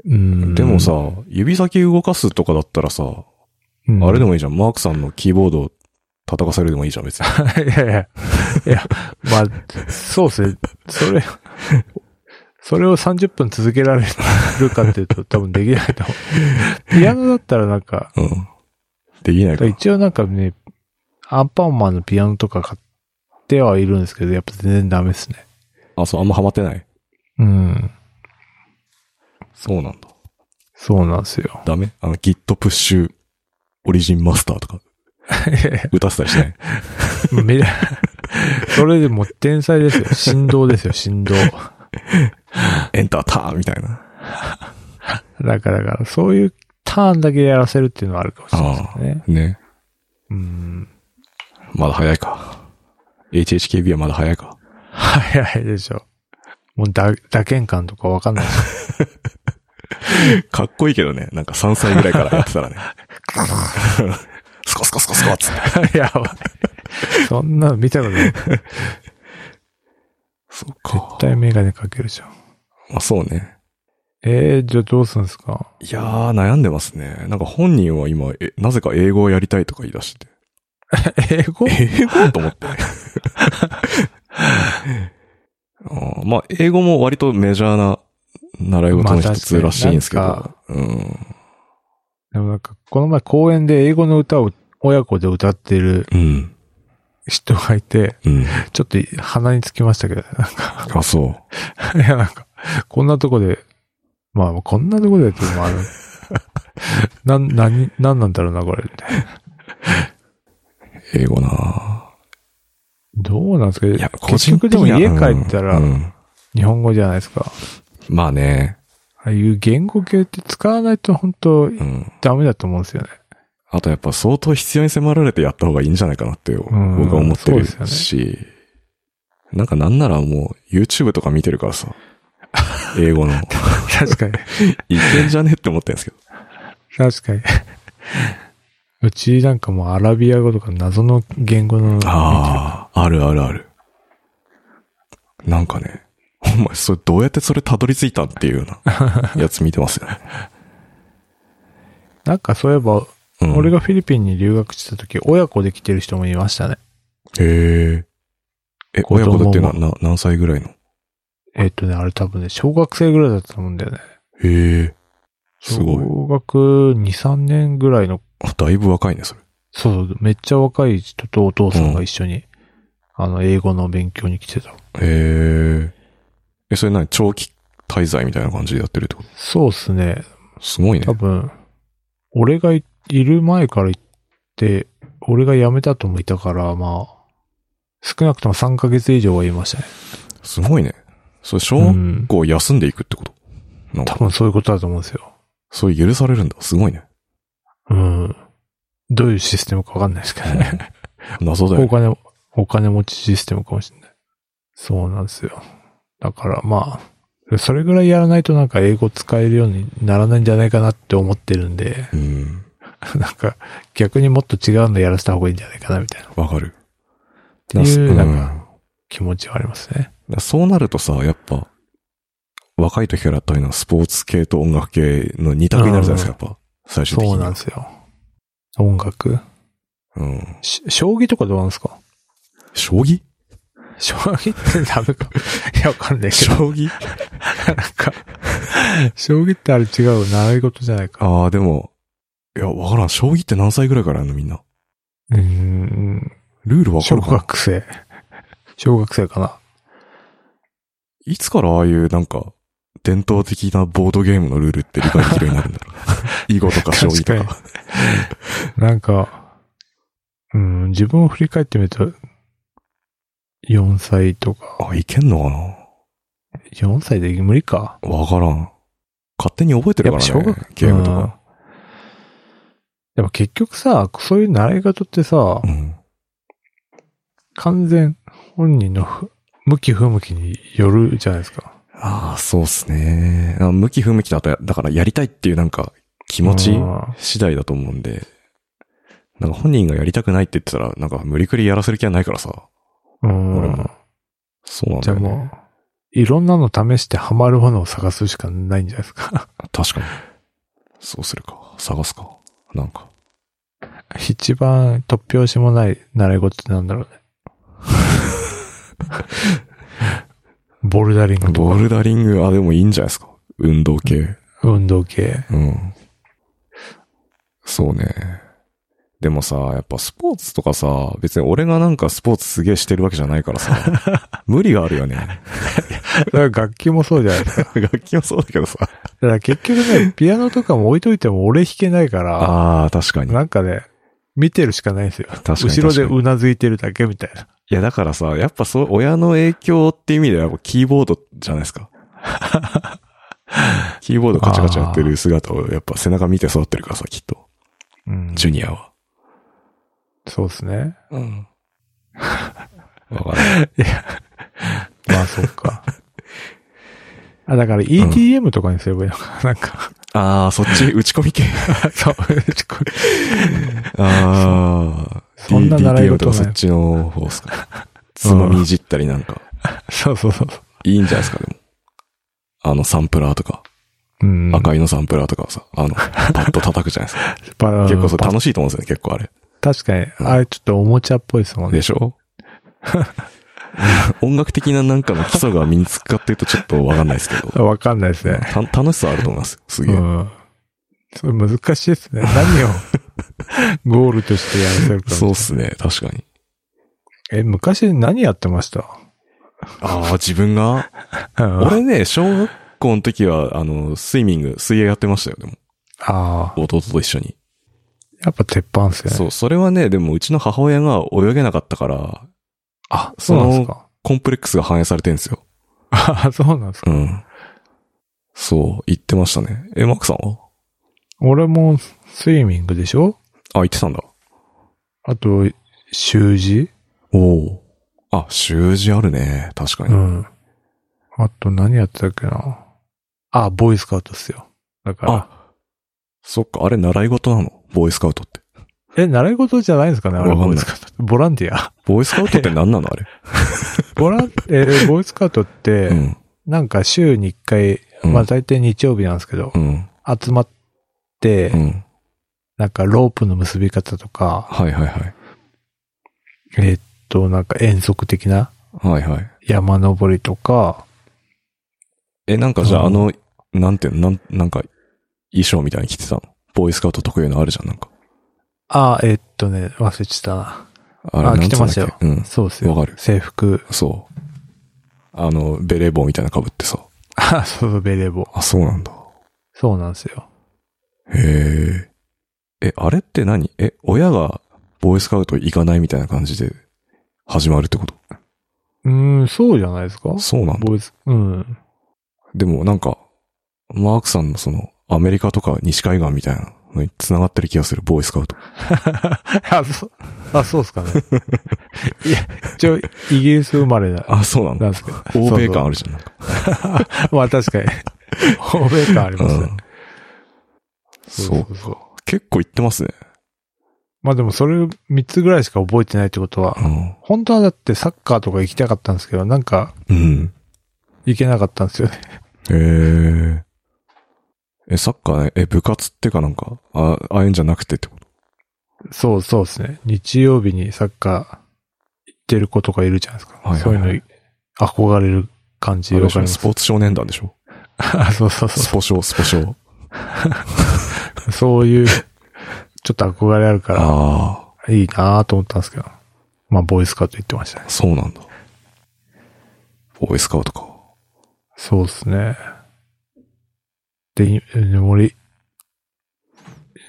S2: うん。
S1: うん。
S2: でもさ、指先動かすとかだったらさ、
S1: うん、
S2: あれでもいいじゃん。マークさんのキーボード叩かされるでもいいじゃん、 [LAUGHS] 別に。
S1: [LAUGHS] いやいや、いや、まあ、そうっすね。それ、それを30分続けられるかっていうと多分できないと思う。ピアノだったらなんか、
S2: うん。できないか。
S1: 一応なんかね、アンパンマンのピアノとか買ってはいるんですけど、やっぱ全然ダメですね。
S2: あ、そう、あんまハマってない。
S1: うん。
S2: そうなんだ。
S1: そうなんですよ。
S2: ダメあの、Git プッシュ、オリジンマスターと [LAUGHS] か、歌ってたりしない。
S1: めそれでもう天才ですよ。振動ですよ、振動。
S2: エンターターンみたいな。
S1: だから、だからそういうターンだけやらせるっていうのはあるかもしれないですね。
S2: ね。
S1: うん。
S2: まだ早いか。HHKB はまだ早いか。
S1: 早いでしょ。もうだ、打鍵感とかわかんないし。
S2: かっこいいけどね。なんか3歳ぐらいからやってたらね。スコスコスコスコっつって。
S1: [LAUGHS] やばい。そんなの見たことない。絶
S2: そっか。
S1: 対メガネかけるじゃん。
S2: まあそうね。
S1: えー、じゃあどうするんですか
S2: いやー、悩んでますね。なんか本人は今、え、なぜか英語をやりたいとか言い出してて。
S1: 英語
S2: 英語と思って。 [LAUGHS] あーまあ、英語も割とメジャーな習い事の一つらしいんですけど。
S1: まあ確
S2: うん。
S1: でもなんか、この前公園で英語の歌を親子で歌ってる
S2: うん。
S1: 人がいて、
S2: うん。
S1: ちょっと鼻につきましたけど、なんか、
S2: あ、そ
S1: [LAUGHS]
S2: う。
S1: いやなんか、こんなとこで、まあこんなとこでっていうのもある。 [LAUGHS] なん、なに、なんなんだろうな、これ。
S2: 英語な
S1: どうなんですか
S2: いや、個
S1: 結
S2: 人
S1: 局
S2: 的
S1: でも
S2: には
S1: 家帰ったら
S2: うんうん
S1: 日本語じゃないですか。
S2: まあね。
S1: ああいう言語系って使わないと本当
S2: うん。
S1: ダメだと思うんですよね。
S2: あとやっぱ相当必要に迫られてやった方がいいんじゃないかなって僕
S1: ん
S2: は思ってる
S1: そうです
S2: し、なんかなんならもう YouTube とか見てるからさ、英
S1: [LAUGHS]
S2: 語の、
S1: 確かに。
S2: いけんじゃねって思ってるんですけど。
S1: 確かに。うちなんかもうアラビア語とか謎の言語の。
S2: ああ、あるあるある。なんかね、お前それどうやってそれたどり着いたっていうような
S1: [LAUGHS]
S2: やつ見てますよね。
S1: なんかそういえば、
S2: うん、
S1: 俺がフィリピンに留学してた時、親子で来てる人もいましたね。
S2: へえ。え、
S1: 子
S2: 親
S1: 供も
S2: 子だっていうのはな何歳ぐらいの
S1: えっ、とね、あれ多分ね、小学生ぐらいだったと思うんだよね。
S2: へえ。すごい。
S1: 小学2、3年ぐらいの、
S2: あだいぶ若いね、それ。
S1: そうそう、めっちゃ若い人とお父さんが一緒に、あの、英語の勉強に来てた。
S2: へえ。え、それ何長期滞在みたいな感じでやってるってこと
S1: そうっすね。
S2: すごいね
S1: 多。分、俺がいいる前から行って、俺が辞めたともいたから、まあ、少なくとも3ヶ月以上はいましたね。
S2: すごいね。それ、小
S1: う
S2: 学
S1: ん。
S2: 校休んでいくってことなん
S1: 多
S2: か、
S1: 分そういうことだと思うんですよ。
S2: そういう許されるんだ。すごいね。
S1: うん。どういうシステムかわかんないですけどね。
S2: 謎だよ
S1: お
S2: ね。
S1: 金、お金持ちシステムかもしれない。そうなんですよ。だからまあ、それぐらいやらないとなんか英語使えるようにならないんじゃないかなって思ってるんで、 [LAUGHS]
S2: うん。
S1: なんか逆にもっと違うのやらせた方がいいんじゃないかなみたいな
S2: わかる。
S1: ていう
S2: う
S1: なん
S2: か
S1: 気持ちはありますね。
S2: だそうなるとさ、やっぱ、若い時からやったようなスポーツ系と音楽系の二択になるじゃないですか、やっぱ。最終的に。
S1: そうなんですよ。音楽
S2: うん。
S1: し将棋とかどうなんですか
S2: 将棋
S1: 将棋ってダメか。 [LAUGHS] いや、わかんないけど、
S2: 将棋
S1: なんか、将棋ってあれ違う、習い事じゃないか。
S2: [LAUGHS] ああ、でも、いや、わからん。将棋って何歳ぐらいからやるのみんな。
S1: うーん、
S2: ルールわか
S1: 小
S2: るかな
S1: 学生。小学生かな。
S2: いつからああいうなんか、伝統的なボードゲームのルールって理解できるようになるんだろ
S1: [LAUGHS]
S2: う。囲碁とか将棋とか。
S1: なんか、うん、自分を振り返ってみると、4歳とか、
S2: あ、いけんのか
S1: 4歳で無理か。
S2: なわからん。勝手に覚えてる
S1: やっ
S2: か
S1: ぱ
S2: ら
S1: 小
S2: ね
S1: 学。
S2: ゲームと
S1: うん
S2: か。
S1: でも結局さ、そういう習い事ってさ
S2: う、ん。
S1: 完全本人のふ向き不向きによるじゃないですか。
S2: ああ、そうっすね。あ向き不向きだと、だからやりたいっていうなんか、気持ち
S1: うん
S2: 次第だと思うんで、なんか本人がやりたくないって言ってたら、なんか無理くりやらせる気はないからさ。
S1: うん。
S2: うんそうなん
S1: じ
S2: だ
S1: ゃあ
S2: よ、ね。
S1: もう、いろんなの試してハマるものを探すしかないんじゃないですか。
S2: 確かに。そうするか。探すか。なんか。
S1: 一番突拍子もない習い事ってなんだろ [LAUGHS] うね。ボルダリングと
S2: ボルダリング、あ、でもいいんじゃないですか。運動系。
S1: 運動系。
S2: うん。そうね。でもさ、やっぱスポーツとかさ、別に俺がなんかスポーツすげえしてるわけじゃないから
S1: [LAUGHS]
S2: さ、無理があるよね。
S1: だから楽器もそうじゃないですか。
S2: 楽器もそうだけどさ。
S1: [LAUGHS] だから結局ね、ピアノとかも置いといても俺弾けないから、
S2: ああ、確かに。
S1: なんかね、見てるしかないんですよ。
S2: 確かに。
S1: 後ろで
S2: 確かに
S1: うなずいてるだけみたいな。
S2: いや、だからさ、やっぱそう、親の影響っていう意味では、キーボードじゃない
S1: [LAUGHS]
S2: ですか。キーボードカチャカチャやってる姿を、やっぱ背中見て育ってるからさ、きっと。
S1: うん
S2: ジュニアは。
S1: そうですね。
S2: うん。わかんない。
S1: まあ、そっ [LAUGHS] か。あ、だから EDM とかにすればいいのか。なん [LAUGHS] か、
S2: ああ、そっち、打ち込
S1: [LAUGHS]
S2: み系。
S1: そう、
S2: ああ、
S1: そんな習い
S2: DTO と
S1: 事
S2: かそ
S1: な
S2: っ
S1: い。
S2: ちの方っすか。つまみいじったりなんか。
S1: そうそうそう。
S2: いいんじゃないですか、でも。あの、サンプラーとか、
S1: うん
S2: 赤いのサンプラーとかさ、あの、パッと叩くじゃないですか。
S1: 結
S2: 結構それ楽しいと思うんですよね、結構あれ。
S1: 確かに、
S2: うん
S1: あれちょっとおもちゃっぽいですもんね
S2: で。しょ [LAUGHS] 音楽的ななんかの基礎が身につくかっていうとちょっとわかんな
S1: [LAUGHS]
S2: いですけど。
S1: わかんないですね。
S2: た楽しさあると思います。す
S1: う
S2: げえ。
S1: ん。それ難しいですね。
S2: [LAUGHS]
S1: 何をゴールとしてやらせるか。
S2: そうっすね、確かに。
S1: え、昔何やってました
S2: ああ、自分が。
S1: あ
S2: 俺ね、小学校の時は、あの、スイミング、水泳やってましたよ、でも。
S1: あー。
S2: 弟と一緒に。
S1: やっぱ鉄板っすよね。
S2: そう、それはね、でもうちの母親が泳げなかったから、
S1: あ、そうなんですか。
S2: コンプレックスが反映されてるんですよ。
S1: あ、 [LAUGHS] そうなんですか。
S2: うん。そう、言ってましたね。え、マックさんは
S1: 俺もスイミングでしょ
S2: あ、言ってたんだ。
S1: あと、習字
S2: おお。あ、習字あるね。確かに。
S1: うん。あと何やってたっけな。あ、ボーイスカウトっすよ。だから。
S2: あ、そっか、あれ習い事なのボーイスカウトって。
S1: え、習い事じゃないんですかねあれ、
S2: わかんない
S1: ボーイスカウトって。ボランティア。
S2: ボーイスカウトって何なのあれ。
S1: ボラン、えーボーイスカウトって、
S2: うん。
S1: なんか週に一回、
S2: うん
S1: まあ大体日曜日なんですけど
S2: う、ん。
S1: 集まって、
S2: うん。
S1: なんかロープの結び方とか、
S2: はいはいはい。
S1: えーっと、なんか遠足的な
S2: はいはい。
S1: 山登りとか、
S2: え、なんかじゃあ
S1: あ
S2: あ
S1: の
S2: の、なんていうの、なん、なんか、衣装みたいに着てたのボーイスカウト特有のあるじゃん、なんか。
S1: あーえっとね、忘れてたな。
S2: あれ
S1: あ
S2: なんつ
S1: 着てましたよ
S2: うんだっけうん。
S1: そうですよ。
S2: わかる
S1: 制服。 [LAUGHS]
S2: そう。あの、ベレー帽みたいなの被ってさ。
S1: あ、そうそう、ベレー帽。
S2: あ、そうなんだ。
S1: そうなんですよ。
S2: へえ。え、あれって何え、親がボーイスカウト行かないみたいな感じで始まるってこと
S1: うーん、そうじゃないですか
S2: そうなんだ。
S1: ボーイズ。うん。 [LAUGHS]
S2: でもなんか、マークさんのその、アメリカとか西海岸みたいなのに繋がってる気がする、ボーイスカウト。
S1: あ、そう、あ、そうっ
S2: [LAUGHS]
S1: すかね。いや、一応、イギリス生まれな、
S2: あ、そうなん
S1: な
S2: だ。
S1: んですけど。
S2: 欧米感
S1: る。
S2: あるじゃん、なんか。
S1: [LAUGHS] まあ確かに。欧米感ありますね。
S2: うんそう
S1: うそう。
S2: 結構行ってますね。
S1: まあでもそれ3つぐらいしか覚えてないってことは、
S2: うん。
S1: 本当はだってサッカーとか行きたかったんですけど、なんか
S2: うん。
S1: 行けなかったんですよね。
S2: へえ。え、サッカーね、え、部活ってかなんか、あ、ああいうんじゃなくてってこと
S1: そうそうですね。日曜日にサッカー行ってる子とかいるじゃないですか。
S2: はいはい
S1: そういうの憧れる感じ
S2: あ
S1: わ
S2: れ
S1: か
S2: で
S1: りま
S2: しょ
S1: す
S2: ス。ポーツ少年団でしょ
S1: あ [LAUGHS] そうそう
S2: ス
S1: そ
S2: ポ少、スポ少。
S1: う。そういう、ちょっと憧れあるか
S2: あ
S1: ら、いいなぁと思ったんですけど。まあ、ボーイスカート行ってましたね
S2: あ、。そうなんだ。ボーイスカウトか。
S1: そうですね。で、いで森。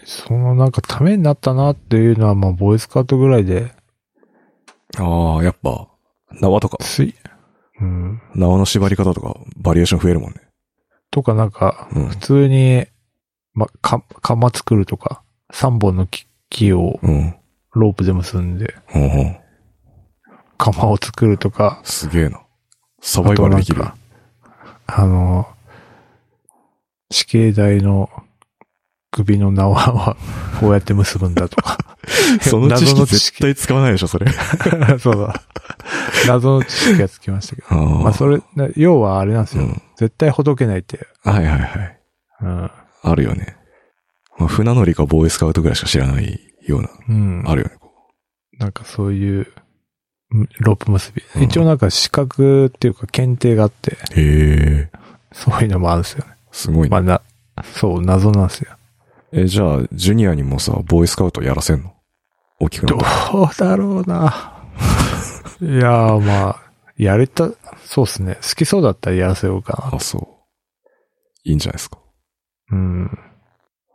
S1: そのなんかためになったなっていうのは、まあ、ボーイスカートぐらいで、
S2: ああ、やっぱ、縄とか、
S1: つい、うん。
S2: 縄の縛り方とか、バリエーション増えるもんね。
S1: とかなんか、
S2: うん
S1: 普通に、ま、か、釜作るとか、3本の木木を
S2: うん。
S1: ロープで結んで、
S2: うんうん。
S1: 釜を作るとか、
S2: すげえな。サバイバルできる。
S1: あとなんかあの、死刑台の首の縄はこうやって結ぶんだとか。
S2: [LAUGHS] その知
S1: [LAUGHS] 謎
S2: 識
S1: の知識
S2: 絶対使わないでしょ、それ。あ
S1: [LAUGHS] そうだ。謎の知識がつきましたけど。
S2: あ
S1: まあ、それ、な要はあれなんです
S2: う
S1: よ。
S2: ん。
S1: 絶対ほどけないって。
S2: はいはいはい。
S1: うん。
S2: あるよね。まあ、船乗りかボーイスカウトぐらいしか知らないような、
S1: うん。
S2: あるよね。こ
S1: なんかそういう、うんロープ結び。
S2: うん
S1: 一応なんか資格っていうか検定があって、
S2: うへえ、
S1: そういうのもあるんですよね。
S2: すごい
S1: ま
S2: ね。
S1: あ、な、そう、謎なんですよ。
S2: え、じゃあ、ジュニアにもさ、ボーイスカウトやらせんの大きくな
S1: ど
S2: っ
S1: う
S2: た
S1: だろうな。いやー、まあ、やれた、そうですね。好きそうだったらやらせようか
S2: あ、そう。いいんじゃないですか。
S1: な。うん。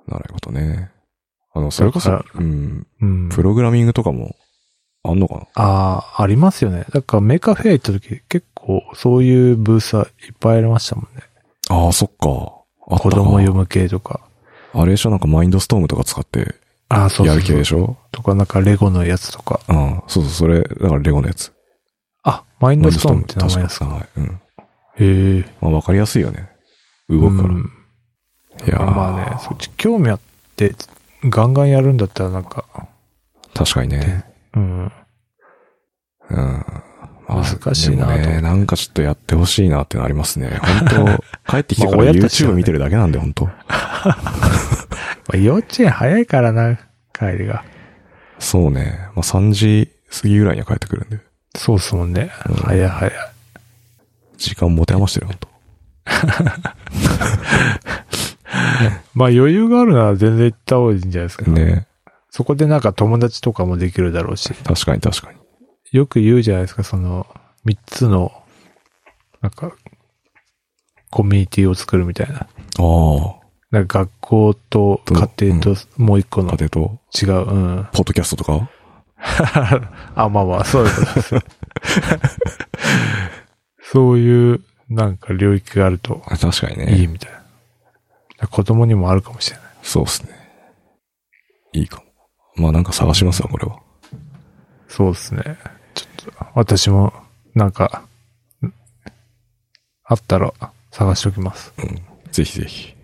S2: 習い事ね。あの、それこそ
S1: だ、
S2: うん、
S1: うん。
S2: プログラミングとかも、あんのかな
S1: ああ、ありますよね。だからメーカーフェア行った時結構そういうブースはいっぱいありましたもんね。
S2: ああ、そっか。あった
S1: 子
S2: か
S1: 供読む系とか。
S2: あれでしょなんかマインドストームとか使って
S1: ああ、そう
S2: や
S1: そう
S2: る系
S1: そう
S2: でしょ
S1: とかなんかレゴのやつとか。
S2: うん。そうそう、それ、だからレゴのやつ。
S1: あ、マイン
S2: マ
S1: ド
S2: イン
S1: ス
S2: ドスト
S1: トー
S2: ーム
S1: ムって名前ですか。
S2: か。はい。うん。
S1: へえ。
S2: まあ、わかりやすいよね。動くから。
S1: うん
S2: いやー
S1: まあね、そっち興味あってガンガンやるんだったらなんか、
S2: 確かにね。
S1: うん。
S2: うん。まあ
S1: 難しいなと
S2: でもね、なんかちょっとやってほしいなってのありますね。本
S1: [LAUGHS]
S2: 当帰ってきてか
S1: まあ
S2: ら
S1: 親としては
S2: YouTube
S1: ね
S2: 見てるだけなんで、本当
S1: まあ、幼稚園早いからな、帰りが。
S2: そうね。まあ、3時過ぎぐらいには帰ってくるんで。
S1: そうっすもんね。
S2: うん
S1: 早い早い。
S2: 時間持て余してる、本当
S1: まあ余裕があるなら全然行った方がいいんじゃないですか。
S2: ね。
S1: そこでなんか友達とかもできるだろうし。
S2: 確かに確かに。
S1: よく言うじゃないですか、その、三つの、なんか、コミュニティを作るみたいな。
S2: あ
S1: なんか学校と家庭ともう一個
S2: あ。
S1: の
S2: 家庭と、
S1: 違う、うん。 [LAUGHS]
S2: ポッドキャストとか
S1: あ、まあまあ、そういうこと
S2: [LAUGHS]
S1: ですよ。そういう、なんか領域があると
S2: あ確かにね。
S1: いいみたいな。子供にもあるかもしれない。
S2: そうですね。いいかも。まあなんか探しますわ、これは。
S1: そうですね。ちょっと、私も、なんか、んあったら探しておきます。
S2: ぜひぜひ。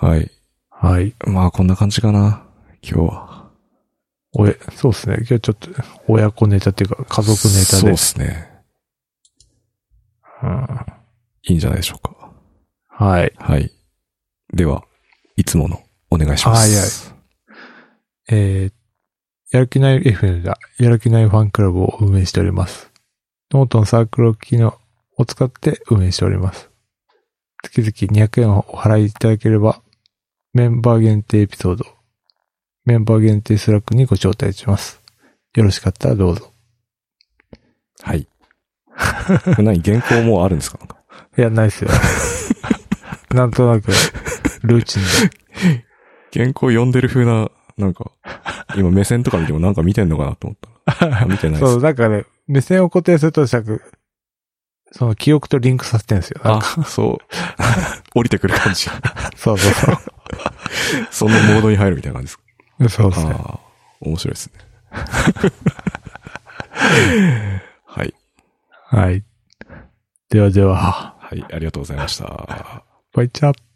S2: はい。
S1: はい。
S2: まあこんな感じかな。今日は。
S1: おえ、そうですね。今日ちょっと、親子ネタっていうか、家族ネタ
S2: そう
S1: で
S2: で。すね。
S1: うん
S2: いいんじゃないでしょうか。
S1: はい。
S2: はい。では、いつものお願いします。
S1: えー、やる気ない FM では、やる気ないファンクラブを運営しております。ノートのサークルを聞きの、を使って運営しております。月々200円をお払いいただければ、メンバー限定エピソード、メンバー限定スラックにご招待します。よろしかったらどうぞ。
S2: はい。 [LAUGHS] 何原稿もうあるんですかなんか
S1: いや、ないっすよ。 [LAUGHS] なんとなく、ルーチンで。
S2: 原稿読んでる風な、なんか、今目線とか見てもなんか見てんのかなと思ったら。あ見てないで
S1: そう、
S2: す。
S1: なんかね、目線を固定するとしたく、その記憶とリンクさせてるんですよ。なん
S2: あ
S1: か、
S2: [LAUGHS] そう。降りてくる感 [LAUGHS] じ。
S1: そうそうそう。
S2: そのモードに入るみたいな感じですか。
S1: そうですね。
S2: ああ、面白
S1: [LAUGHS]
S2: いですね。はい。
S1: はい。ではでは、
S2: はい、ありがとうございました。
S1: バイチャー。